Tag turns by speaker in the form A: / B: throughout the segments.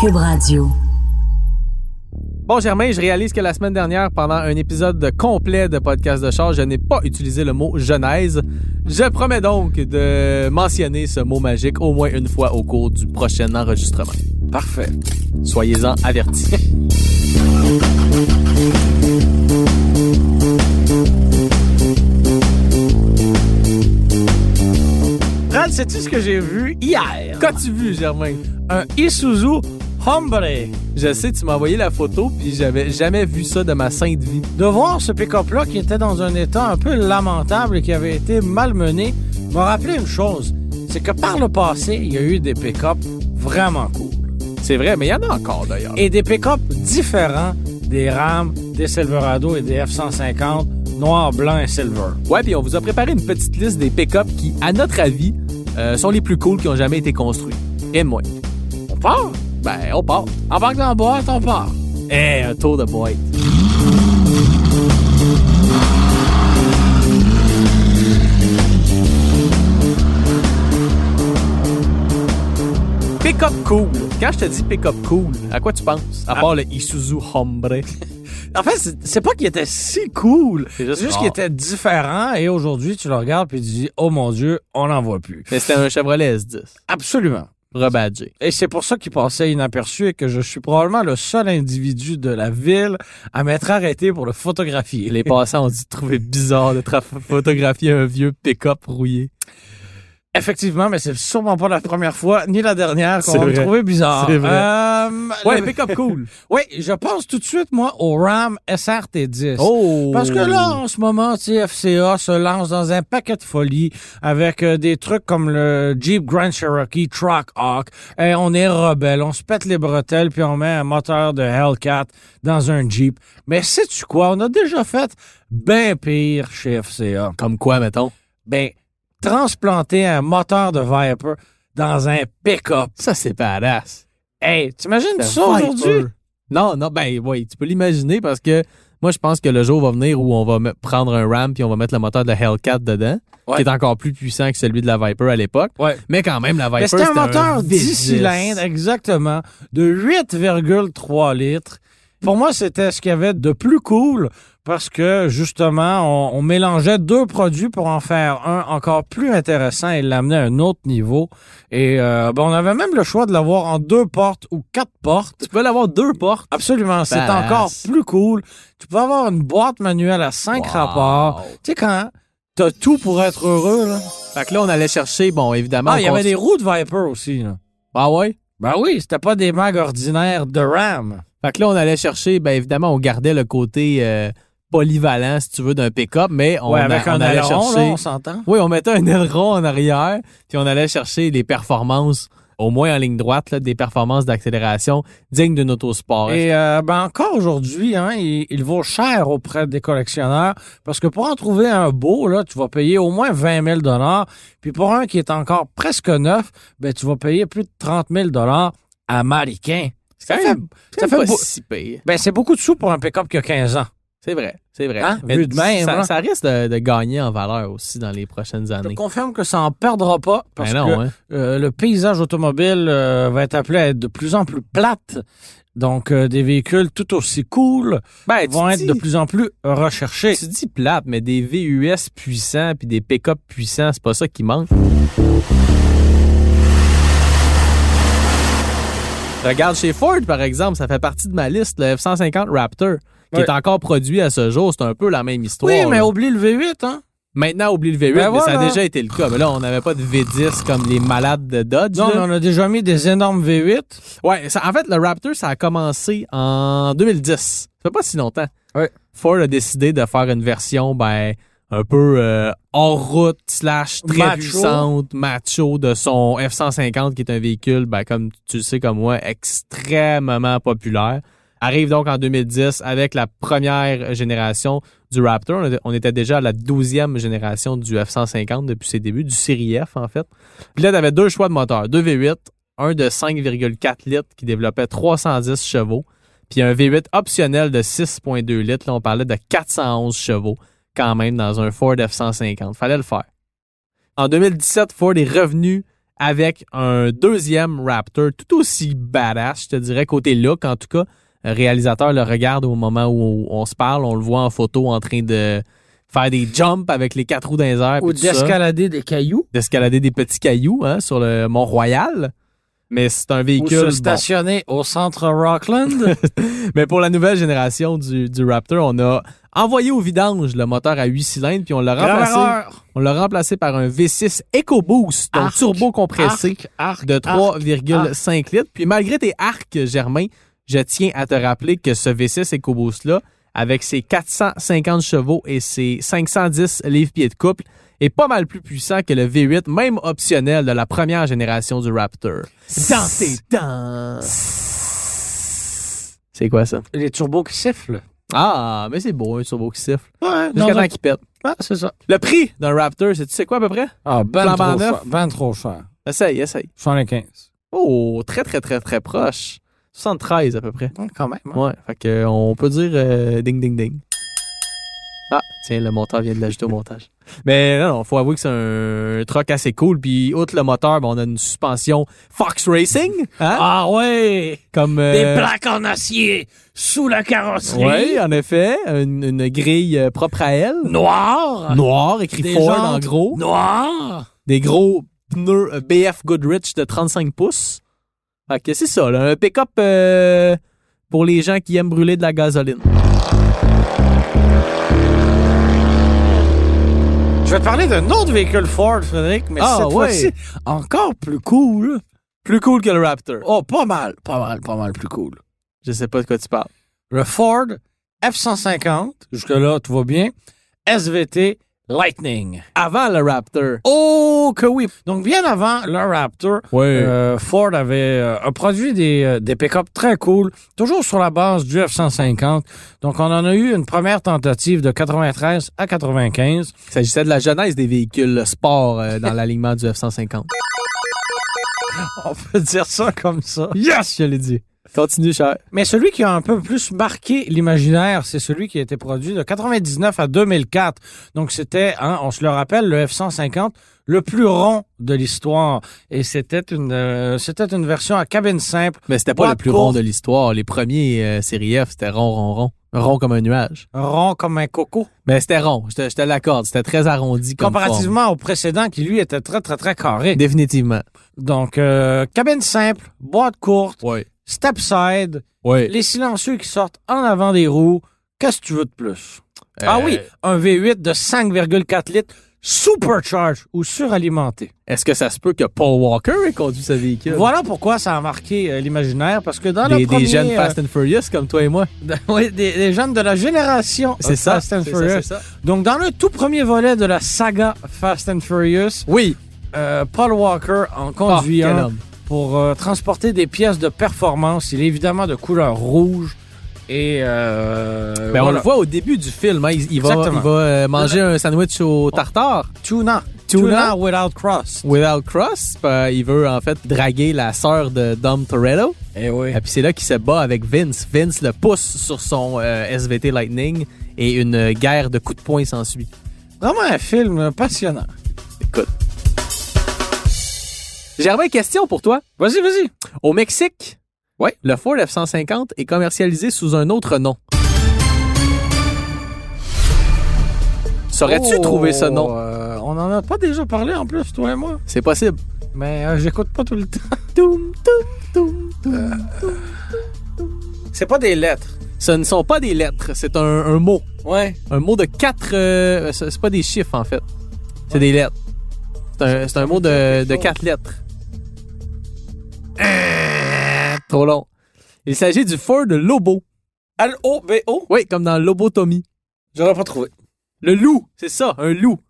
A: Cube Radio.
B: Bon, Germain, je réalise que la semaine dernière, pendant un épisode complet de Podcast de Charge, je n'ai pas utilisé le mot genèse. Je promets donc de mentionner ce mot magique au moins une fois au cours du prochain enregistrement.
C: Parfait.
B: Soyez-en avertis.
C: Brad, sais-tu ce que j'ai vu hier?
B: Qu'as-tu vu, Germain?
C: Un Isuzu Hombre.
B: Je sais, tu m'as envoyé la photo, puis j'avais jamais vu ça de ma sainte vie.
C: De voir ce pick-up-là qui était dans un état un peu lamentable et qui avait été malmené m'a rappelé une chose. C'est que par le passé, il y a eu des pick-up vraiment cool.
B: C'est vrai, mais il y en a encore d'ailleurs.
C: Et des pick-up différents des Ram, des Silverado et des F-150, noir, blanc et silver.
B: Ouais, puis on vous a préparé une petite liste des pick-up qui, à notre avis, euh, sont les plus cool qui ont jamais été construits. Et moi.
C: On part?
B: Ben, on part.
C: Embarque dans la boîte, on part.
B: Eh, un tour de boîte. Pick-up cool. Quand je te dis pick-up cool, à quoi tu penses? À part le Isuzu Hombre.
C: En fait, c'est- c'est pas qu'il était si cool.
B: C'est
C: C'est
B: juste
C: juste,
B: rare.
C: qu'il était différent. Et aujourd'hui, tu le regardes puis tu dis, oh mon Dieu, on n'en voit plus.
B: Mais c'était un Chevrolet S10,
C: Absolument.
B: rebadgé.
C: Et c'est pour ça qu'il passait inaperçu et que je suis probablement le seul individu de la ville à m'être arrêté pour le photographier.
B: Les passants ont dû trouver bizarre de tra- photographier un vieux pick-up rouillé.
C: Effectivement, mais c'est sûrement pas la première fois ni la dernière
B: C'est
C: qu'on va me
B: vrai.
C: trouver bizarre.
B: C'est vrai.
C: Euh,
B: Ouais,
C: le-
B: pick-up cool.
C: Oui, je pense tout de suite, moi, au RAM SRT10.
B: Oh!
C: Parce que là, en ce moment, tu sais, FCA se lance dans un paquet de folie avec euh, des trucs comme le Jeep Grand Cherokee Truck Hawk. Et on est rebelle, on se pète les bretelles puis on met un moteur de Hellcat dans un Jeep. Mais sais-tu quoi? On a déjà fait bien pire chez FCA.
B: Comme quoi, mettons?
C: Ben, transplanter un moteur de Viper dans un pick-up.
B: Ça, c'est badass.
C: Hey, t'imagines
B: Le
C: ça
B: Viper.
C: aujourd'hui?
B: Non, non, ben oui, tu peux l'imaginer parce que moi, je pense que le jour va venir où on va me- prendre un RAM puis on va mettre le moteur de Hellcat dedans,
C: Ouais.
B: qui est encore plus puissant que celui de la Viper à l'époque.
C: Ouais.
B: Mais quand même, la Viper,
C: Mais c'était un moteur 10
B: business.
C: cylindres, exactement, de 8,3 litres. Pour moi, c'était ce qu'il y avait de plus cool parce que, justement, on, on mélangeait deux produits pour en faire un encore plus intéressant et l'amener à un autre niveau. Et euh, ben, on avait même le choix de l'avoir en deux portes ou quatre portes.
B: Tu peux l'avoir deux portes.
C: Absolument, c'est
B: Badass.
C: encore plus cool. Tu peux avoir une boîte manuelle à cinq
B: Wow.
C: rapports. Tu sais, quand t'as tout pour être heureux, là.
B: Fait que là, on allait chercher, bon, évidemment.
C: Ah, il y
B: on
C: avait
B: cons-
C: des roues de Viper aussi, là.
B: Ah ouais?
C: Ben oui, c'était pas des mags ordinaires de RAM.
B: Fait que là, on allait chercher, ben évidemment, on gardait le côté euh, polyvalent, si tu veux, d'un pick-up, mais on,
C: ouais,
B: a-
C: avec
B: on
C: un
B: allait
C: aileron, là,
B: chercher.
C: on s'entend.
B: Oui, on mettait un aileron en arrière, puis on allait chercher les performances, au moins en ligne droite, là, des performances d'accélération dignes d'une autosport.
C: Et euh, ben encore aujourd'hui, hein, il, il vaut cher auprès des collectionneurs parce que pour en trouver un beau, là, tu vas payer au moins 20 000 dollars. Puis pour un qui est encore presque neuf, ben tu vas payer plus de 30 000 dollars américains.
B: c'est quand
C: ça
B: même,
C: ça
B: quand même
C: fait
B: pas
C: beau-
B: si pire.
C: Ben c'est beaucoup de sous pour un pick-up qui a 15 ans.
B: C'est vrai, c'est vrai.
C: Hein? Vu de même,
B: ça,
C: hein?
B: ça risque de, de gagner en valeur aussi dans les prochaines
C: Je
B: années.
C: te confirme que ça en perdra pas parce
B: Ben non,
C: que
B: hein?
C: Euh, le paysage automobile euh, va être appelé à être de plus en plus plate. Donc, euh, des véhicules tout aussi cool
B: Ben, tu
C: vont être
B: dis-
C: de plus en plus recherchés.
B: Tu dis plate, mais des VUS puissants puis des pick-up puissants, c'est pas ça qui manque. Regarde chez Ford, par exemple, ça fait partie de ma liste, le F-150 Raptor, qui
C: Ouais.
B: est encore produit à ce jour. C'est un peu la même histoire.
C: Oui, mais
B: là.
C: oublie le V8, hein?
B: Maintenant, oublie le V8,
C: Ben
B: mais ça a
C: voilà.
B: déjà été le cas. Mais là, on n'avait pas de V10 comme les malades de Dodge.
C: Non,
B: là.
C: mais on a déjà mis des énormes V8.
B: Ouais, ça- en fait, le Raptor, ça a commencé en 2010. Ça fait pas si longtemps.
C: Ouais.
B: Ford a décidé de faire une version, ben, un peu euh, hors route, slash très
C: Macho.
B: puissante, macho de son F-150, qui est un véhicule, ben, comme tu le sais comme moi, extrêmement populaire. Arrive donc en 2010 avec la première génération du Raptor. On était- On était déjà à la douzième génération du F-150 depuis ses débuts, du série F en fait. Puis là, t'avais deux choix de moteur, deux V8, un de 5,4 litres qui développait 310 chevaux, puis un V8 optionnel de 6,2 litres. Là, on parlait de 411 chevaux quand même dans un Ford F-150. Fallait le faire. En 2017, Ford est revenu avec un deuxième Raptor tout aussi badass, je te dirais, côté look en tout cas. Le réalisateur le regarde au moment où on se parle, on le voit en photo en train de faire des jumps avec les quatre roues dans les airs.
A: Ou
B: puis tout ça.
A: d'escalader des cailloux.
B: D'escalader des petits cailloux hein, sur le Mont-Royal. Mais c'est un
C: Ou
B: véhicule...
C: se
B: bon.
C: stationner au centre Rockland.
B: Mais pour la nouvelle génération du, du Raptor, on a envoyé au vidange le moteur à 8 cylindres, puis on l'a
C: Grave
B: remplacé,
C: erreur.
B: on l'a remplacé par un V6 EcoBoost, donc
C: Arc,
B: turbo compressé
C: Arc,
B: de
C: arc,
B: 3,5 litres. Puis malgré tes arcs, Germain, je tiens à te rappeler que ce V6 EcoBoost-là, avec ses 450 chevaux et ses 510 livres-pieds de couple, est pas mal plus puissant que le V8, même optionnel, de la première génération du Raptor. Dans tes dents! C'est quoi ça?
C: Les turbos qui sifflent.
B: Ah, mais c'est beau, un turbo qui siffle.
C: Ouais,
B: Jusqu'à temps qu'il pète.
C: c'est ça.
B: Le prix d'un Raptor, c'est tu sais quoi à peu près?
C: Ah, ben
B: Flambant
C: trop,
B: neuf.
C: cher, ben trop cher.
B: Essaye, essaye.
C: 75.
B: Oh, très, très, très, très proche. 73 à peu près.
C: Quand même. hein.
B: Ouais, fait que, euh, on peut dire euh, ding, ding, ding. Ah, tiens, le monteur vient de l'ajouter au montage. Mais non, non, faut avouer que c'est un truck assez cool. Puis, outre le moteur, ben, on a une suspension Fox Racing. Hein?
C: Ah ouais!
B: Comme, euh,
C: Des plaques en acier sous la carrosserie.
B: Oui, en effet. Une, une grille euh, propre à elle.
C: Noir.
B: Noir, écrit
C: Des
B: Ford en
C: jantes
B: gros.
C: Noir.
B: des gros pneus euh, BF Goodrich de 35 pouces. Fait que c'est ça, là, un pick-up euh, pour les gens qui aiment brûler de la gasoline.
C: Je vais te parler d'un autre véhicule Ford, Frédéric, mais
B: Ah,
C: cette
B: ouais.
C: fois-ci, encore plus cool.
B: Plus cool que le Raptor.
C: Oh, pas mal, pas mal, pas mal plus cool.
B: Je sais pas de quoi tu parles.
C: Le Ford F-150, jusque-là, tout va bien. SVT Lightning.
B: Avant le Raptor.
C: Oh, que oui! Donc, bien avant le Raptor,
B: Oui.
C: euh, Ford avait euh, a produit des, euh, des pick-up très cool, toujours sur la base du F-150. Donc, on en a eu une première tentative de 93 à 95.
B: Il s'agissait de la jeunesse des véhicules le sport euh, dans l'alignement du F-150.
C: On peut dire ça comme ça.
B: Yes, je l'ai dit. Continue, cher.
C: Mais celui qui a un peu plus marqué l'imaginaire, c'est celui qui a été produit de 99 à 2004. Donc c'était, hein, on se le rappelle, le F-150 le plus rond de l'histoire. Et c'était une, euh, c'était une version à cabine simple,
B: Mais c'était pas
C: Ouais,
B: le plus
C: pour-
B: rond de l'histoire. Les premiers euh, série F, c'était rond, rond, rond. Rond comme un nuage.
C: rond comme un coco,
B: Mais c'était rond, je te, je te l'accorde. C'était très arrondi comme forme.
C: comparativement au précédent qui lui était très très très carré.
B: Définitivement.
C: Donc euh, cabine simple, boîte courte,
B: Oui.
C: step side,
B: Oui.
C: les silencieux qui sortent en avant des roues. Qu'est-ce que tu veux de plus? Ah
B: Euh,
C: oui, un V8 de 5,4 litres supercharge ou suralimenté.
B: Est-ce que ça se peut que Paul Walker ait conduit ce véhicule?
C: Voilà pourquoi ça a marqué euh, l'imaginaire, parce que dans
B: Des,
C: le
B: des
C: premier...
B: jeunes
C: euh,
B: Fast and Furious comme toi et moi.
C: oui, des, des jeunes de la génération
B: C'est
C: of
B: ça.
C: Fast and
B: c'est
C: Furious.
B: ça, c'est ça.
C: Donc, dans le tout premier volet de la saga Fast and Furious,
B: Oui.
C: euh, Paul Walker en conduit
B: Ah, quel
C: un
B: homme.
C: pour euh, transporter des pièces de performance. Il est évidemment de couleur rouge et... Euh,
B: Ben, On
C: voilà.
B: le voit au début du film. hein, Il, il va,
C: Exactement. Oh.
B: il va, euh, manger un sandwich au tartare.
C: Tuna.
B: Tuna.
C: Tuna without crust.
B: Without Cross, ben, il veut en fait draguer la sœur de Dom Toretto.
C: Eh oui.
B: Et puis c'est là qu'il se bat avec Vince. Vince le pousse sur son euh, SVT Lightning et une euh, guerre de coups de poing s'ensuit.
C: Vraiment un film passionnant.
B: Écoute. Germain, question pour toi.
C: Vas-y, vas-y.
B: Au Mexique, ouais, le Ford F-150 est commercialisé sous un autre nom. Saurais-tu
C: Oh,
B: trouvé ce nom?
C: euh, on en a pas déjà parlé en plus, toi et moi.
B: C'est possible.
C: Mais euh, j'écoute pas tout le temps.
B: Toum, toum, toum, toum.
C: C'est pas des lettres.
B: Ce ne sont pas des lettres, c'est un, un mot.
C: Ouais.
B: Un mot de quatre... euh, c'est c'est pas des chiffres, en fait. C'est des lettres. C'est un, c'est un mot de, de quatre lettres. Ah, Trop long. Il s'agit du Ford Lobo.
C: L-O-B-O.
B: Oui, comme dans Lobotomie.
C: J'aurais pas trouvé.
B: Le loup, c'est ça, un loup.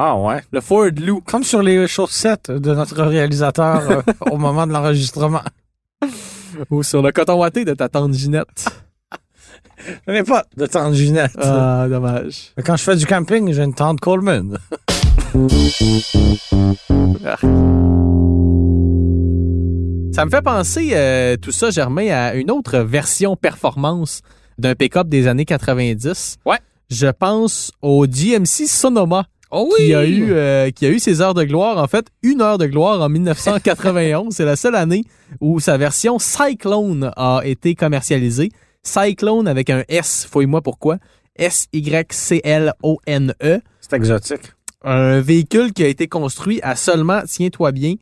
C: Ah ouais.
B: Le Ford loup.
C: Comme sur les chaussettes de notre réalisateur euh, au moment de l'enregistrement.
B: Ou sur le coton watté de ta tante Ginette.
C: Je n'ai pas de tante Ginette.
B: Ah, dommage.
C: Mais Quand je fais du camping, j'ai une tante Coleman.
B: Ça me fait penser, euh, tout ça, Germain, à une autre version performance d'un pick-up des années 90.
C: Ouais.
B: Je pense au GMC Sonoma.
A: Oh
B: qui a eu euh, qui a eu ses heures de gloire. En fait, une heure de gloire en 1991. C'est la seule année où sa version Cyclone a été commercialisée. Cyclone avec un S, fouille-moi pourquoi. S-Y-C-L-O-N-E.
C: C'est exotique.
B: Un véhicule qui a été construit à seulement, tiens-toi bien,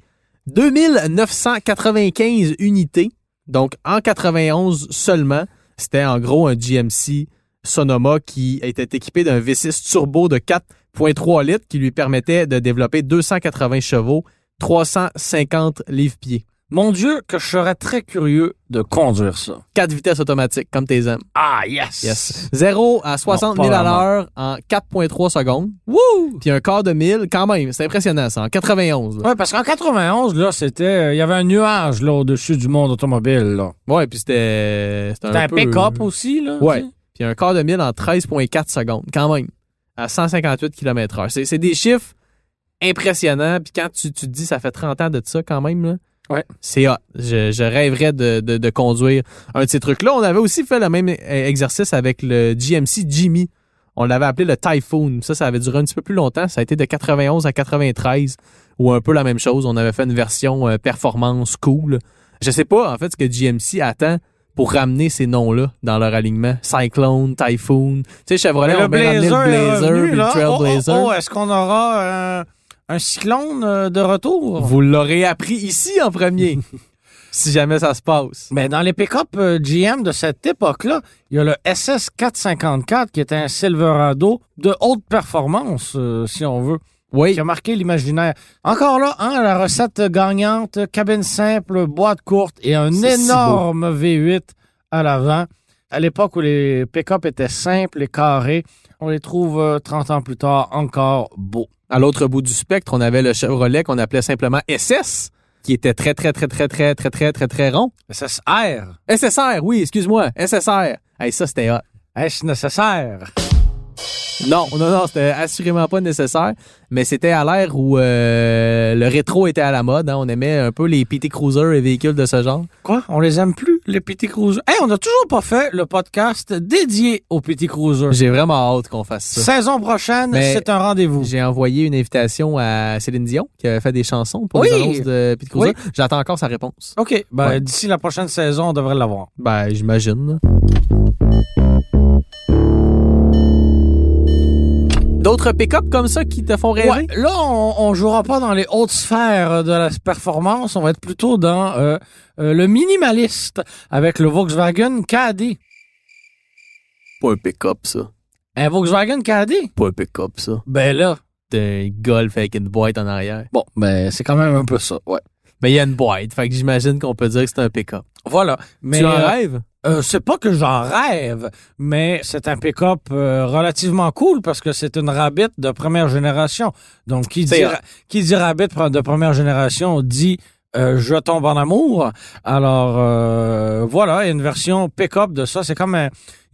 B: 2995 unités. Donc, en 91 seulement, c'était en gros un GMC Sonoma qui était équipé d'un V6 turbo de 4.3 litres qui lui permettait de développer 280 chevaux, 350 livres-pieds.
C: Mon Dieu, que je serais très curieux de conduire ça.
B: 4 vitesses automatiques, comme tes aimes.
C: Ah, yes!
B: Yes. 0 à 60
C: Non,
B: 000
C: pas
B: à l'heure en 4.3 secondes.
C: Wouh!
B: Puis un quart de mille, quand même, c'est impressionnant ça, en 91. là.
C: Ouais, parce qu'en 91, là, c'était. euh, Il y avait un nuage, là, au-dessus du monde automobile, là.
B: Ouais, puis c'était... C'était
C: C'était un,
B: peu-
C: pick-up aussi, là.
B: Ouais.
C: tu sais.
B: Puis un quart de mille en 13,4 secondes, quand même, à 158 km/h. C'est, c'est des chiffres impressionnants. Puis quand tu, tu te dis, ça fait 30 ans de ça, quand même, là,
C: Ouais.
B: c'est hot. Je, je rêverais de, de- de conduire un de ces trucs-là. On avait aussi fait le même euh, exercice avec le GMC Jimmy. On l'avait appelé le Typhoon. Ça, ça avait duré un petit peu plus longtemps. Ça a été de 91 à 93, ou un peu la même chose. On avait fait une version euh, performance cool. Je sais pas, en fait, ce que GMC attend pour ramener ces noms-là dans leur alignement. Cyclone, Typhoon. Tu sais, Chevrolet,
C: Mais
B: on va ramener le
C: est
B: Blazer,
C: revenu,
B: puis le
C: là. Oh, oh,
B: Trailblazer.
C: oh, est-ce qu'on aura euh, un cyclone euh, de retour?
B: Vous l'aurez appris ici en premier, si jamais ça se passe.
C: Mais dans les pick-up euh, GM de cette époque-là, il y a le SS454 qui était un Silverado de haute performance, euh, si on veut,
B: Oui,
C: qui a marqué l'imaginaire. Encore là, hein, la recette gagnante, cabine simple, boîte courte et un
B: C'est si
C: énorme V8 à l'avant. À l'époque où les pick-up étaient simples et carrés, on les trouve euh, 30 ans plus tard encore beaux.
B: à l'autre bout du spectre, on avait le Chevrolet qu'on appelait simplement SS, qui était très, très, très, très, très, très, très, très, très rond.
C: SSR,
B: SSR, oui, excuse-moi, SSR. Hey, ça, c'était hot.
C: est-ce nécessaire?
B: Non, non, non, c'était assurément pas nécessaire, mais c'était à l'ère où euh, le rétro était à la mode. hein. On aimait un peu les PT Cruiser et véhicules de ce genre.
C: Quoi? On les aime plus, les petits cruisers. Hey, on n'a toujours pas fait le podcast dédié aux petits cruisers.
B: J'ai vraiment hâte qu'on fasse ça.
C: Saison prochaine,
B: Mais-
C: c'est un rendez-vous.
B: J'ai envoyé une invitation à Céline Dion qui avait fait des chansons pour
C: Oui.
B: les annonces de PT Cruiser. J'attends encore sa réponse.
C: OK. Ben,
B: Ouais.
C: d'ici la prochaine saison, on devrait l'avoir.
B: Ben, j'imagine. là. D'autres pick-up comme ça qui te font rêver?
C: Ouais, là, on, on jouera pas dans les hautes sphères euh, de la performance. On va être plutôt dans euh, euh, le minimaliste avec le Volkswagen KD.
B: Pas un pick-up, ça.
C: Un Volkswagen KD?
B: Pas un pick-up, ça.
C: Ben là.
B: T'as un golf avec une boîte en arrière.
C: Bon, ben, c'est quand même un peu ça. Ouais.
B: Mais il y a une boîte, fait que j'imagine qu'on peut dire que c'est un pick-up.
C: Voilà. Mais
B: tu en
C: euh,
B: rêves?
C: Euh, c'est pas que j'en rêve, mais c'est un pick-up euh, relativement cool parce que c'est une Rabbit de première génération. Donc, qui
B: C'est
C: dit,
B: vrai.
C: qui dit Rabbit de première génération dit euh, je tombe en amour. Alors, euh, voilà, une version pick-up de ça. C'est comme un-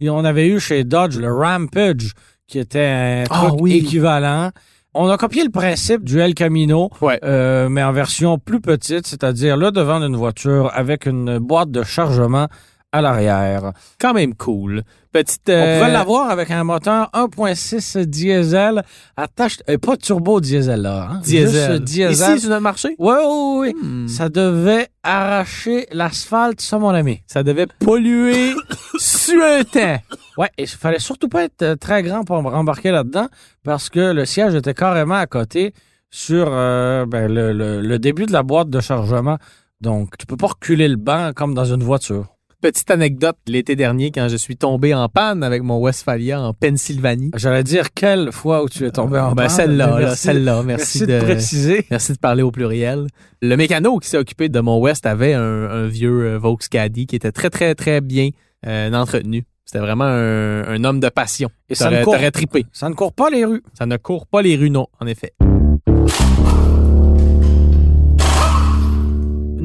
C: on avait eu chez Dodge le Rampage qui était un
B: Ah
C: truc
B: oui.
C: équivalent. On a copié le principe du El Camino,
B: Ouais.
C: euh, mais en version plus petite, c'est-à-dire le devant d'une voiture avec une boîte de chargement à l'arrière.
B: Quand même cool. Petite.
C: On
B: euh,
C: pouvait l'avoir avec un moteur 1.6 diesel attache et pas turbo diesel là, hein?
B: euh, Diesel.
C: Juste diesel.
B: Ici, sur notre marché?
C: Ouais, ouais, ouais.
B: Hmm.
C: Ça devait arracher l'asphalte, ça mon ami.
B: Ça devait polluer sur un temps.
C: Ouais, et il fallait surtout pas être euh, très grand pour embarquer là-dedans parce que le siège était carrément à côté sur euh, ben, le, le- le début de la boîte de chargement. Donc, tu peux pas reculer le banc comme dans une voiture.
B: Petite anecdote, l'été dernier, quand je suis tombé en panne avec mon Westphalia en Pennsylvanie.
C: J'allais dire quelle fois où tu es tombé en
B: ben,
C: panne,
B: celle-là,
C: mais
B: là,
C: merci-
B: celle-là, merci,
C: de...
B: de.
C: préciser.
B: Merci de parler au pluriel. Le mécano qui s'est occupé de mon West avait un, un vieux euh, Vaux Caddy qui était très, très, très bien euh, entretenu. C'était vraiment un, un homme de passion.
C: Et ça ne,
B: T'aurais
C: court,
B: t'aurais trippé.
C: ça ne court pas les rues.
B: Ça ne court pas les rues, non, en effet.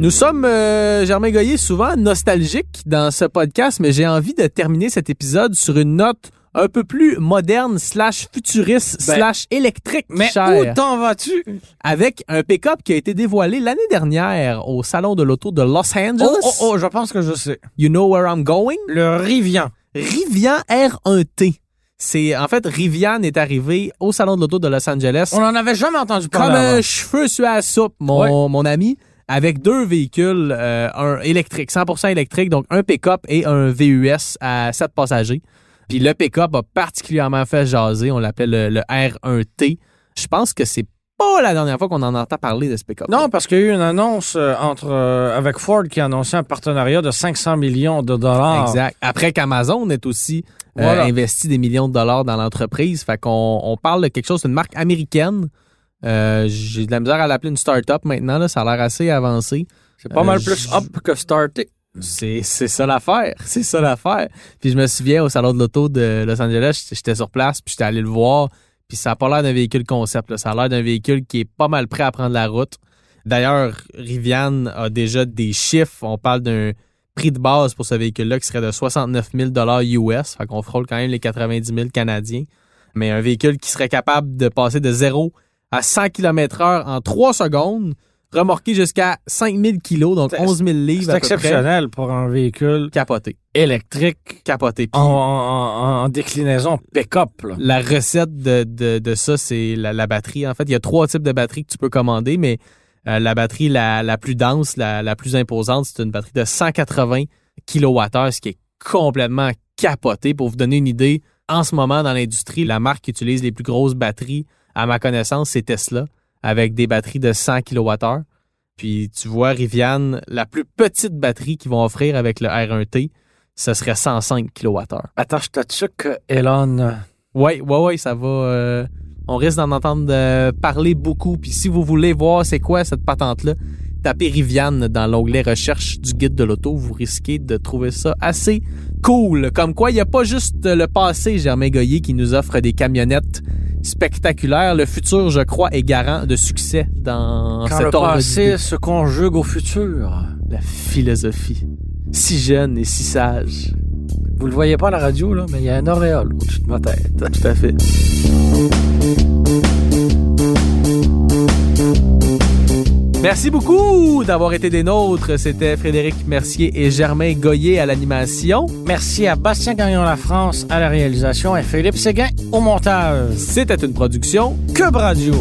B: Nous sommes, euh, Germain Goyer, souvent nostalgiques dans ce podcast, mais j'ai envie de terminer cet épisode sur une note un peu plus moderne, slash futuriste,
C: Ben,
B: slash électrique,
C: Mais
B: cher
C: où t'en vas-tu?
B: avec un pick-up qui a été dévoilé l'année dernière au salon de l'auto de Los Angeles.
C: Oh, oh, oh, je pense que je sais.
B: You know where I'm going?
C: Le Rivian.
B: Rivian R1T. C'est en fait Rivian est arrivé au salon de l'auto de Los Angeles
C: On n'en avait jamais entendu
B: comme euh,
C: parler. avant.
B: un cheveu sur la soupe, mon, mon ami, avec deux véhicules, euh, un électrique, 100% électrique, donc un pick-up et un VUS à 7 passagers. Puis le pick-up a particulièrement fait jaser, on l'appelle le, le R1T. Je pense que c'est pas la dernière fois qu'on en entend parler de ce pick-up.
C: Non, parce qu'il y a eu une annonce euh, entre euh, avec Ford qui a annoncé un partenariat de 500 millions de dollars.
B: Exact. Après qu'Amazon ait aussi euh,
C: Voilà.
B: investi des millions de dollars dans l'entreprise, fait qu'on on parle de quelque chose, c'est une marque américaine. Euh, J'ai de la misère à l'appeler une start-up maintenant, là. ça a l'air assez avancé.
C: C'est pas mal
B: Euh,
C: plus
B: je-
C: up que starté.
B: C'est c'est ça l'affaire. C'est ça l'affaire. Puis je me souviens au salon de l'auto de Los Angeles, j'étais sur place, puis j'étais allé le voir. Puis ça a pas l'air d'un véhicule concept. là. Ça a l'air d'un véhicule qui est pas mal prêt à prendre la route. D'ailleurs, Rivian a déjà des chiffres. On parle d'un prix de base pour ce véhicule-là qui serait de 69 000 US. Fait qu'on frôle quand même les 90 000 Canadiens. Mais un véhicule qui serait capable de passer de 0 à 100 km heure en 3 secondes, remorqué jusqu'à 5000 kilos, donc
C: C'est-
B: 11 000 livres
C: C'est
B: à peu près
C: exceptionnel pour un véhicule
B: capoté.
C: électrique
B: Capoté. Puis
C: en, en- en- en déclinaison pick-up. là.
B: la recette de, de, de ça, c'est la, la batterie. En fait, il y a trois types de batteries que tu peux commander, mais euh, la batterie la, la plus dense, la, la plus imposante, c'est une batterie de 180 kWh, ce qui est complètement capoté. Pour vous donner une idée, en ce moment, dans l'industrie, la marque qui utilise les plus grosses batteries, à ma connaissance, c'est Tesla, avec des batteries de 100 kWh. Puis tu vois, Rivian, la plus petite batterie qu'ils vont offrir avec le R1T, ce serait 105 kWh.
C: Attends, je te que Elon. euh,
B: Oui, oui, oui, ça va. euh, on risque d'en entendre euh, parler beaucoup. Puis si vous voulez voir c'est quoi cette patente-là, tapez Rivian dans l'onglet recherche du guide de l'auto. Vous risquez de trouver ça assez cool. Comme quoi, il n'y a pas juste le passé, Germain Goyer, qui nous offre des camionnettes spectaculaires. Le futur, je crois, est garant de succès dans
C: Quand
B: cette
C: le
B: ordre d'idées.
C: passé se conjugue au futur.
B: La philosophie. Si jeune et si sage.
C: Vous le voyez pas à la radio, là, mais il y a un auréole au-dessus de ma tête.
B: Tout à fait. Merci beaucoup d'avoir été des nôtres. C'était Frédéric Mercier et Germain Goyer à l'animation.
C: Merci à Bastien Gagnon La France à la réalisation et Philippe Séguin au montage.
B: C'était une production
C: Cube Radio.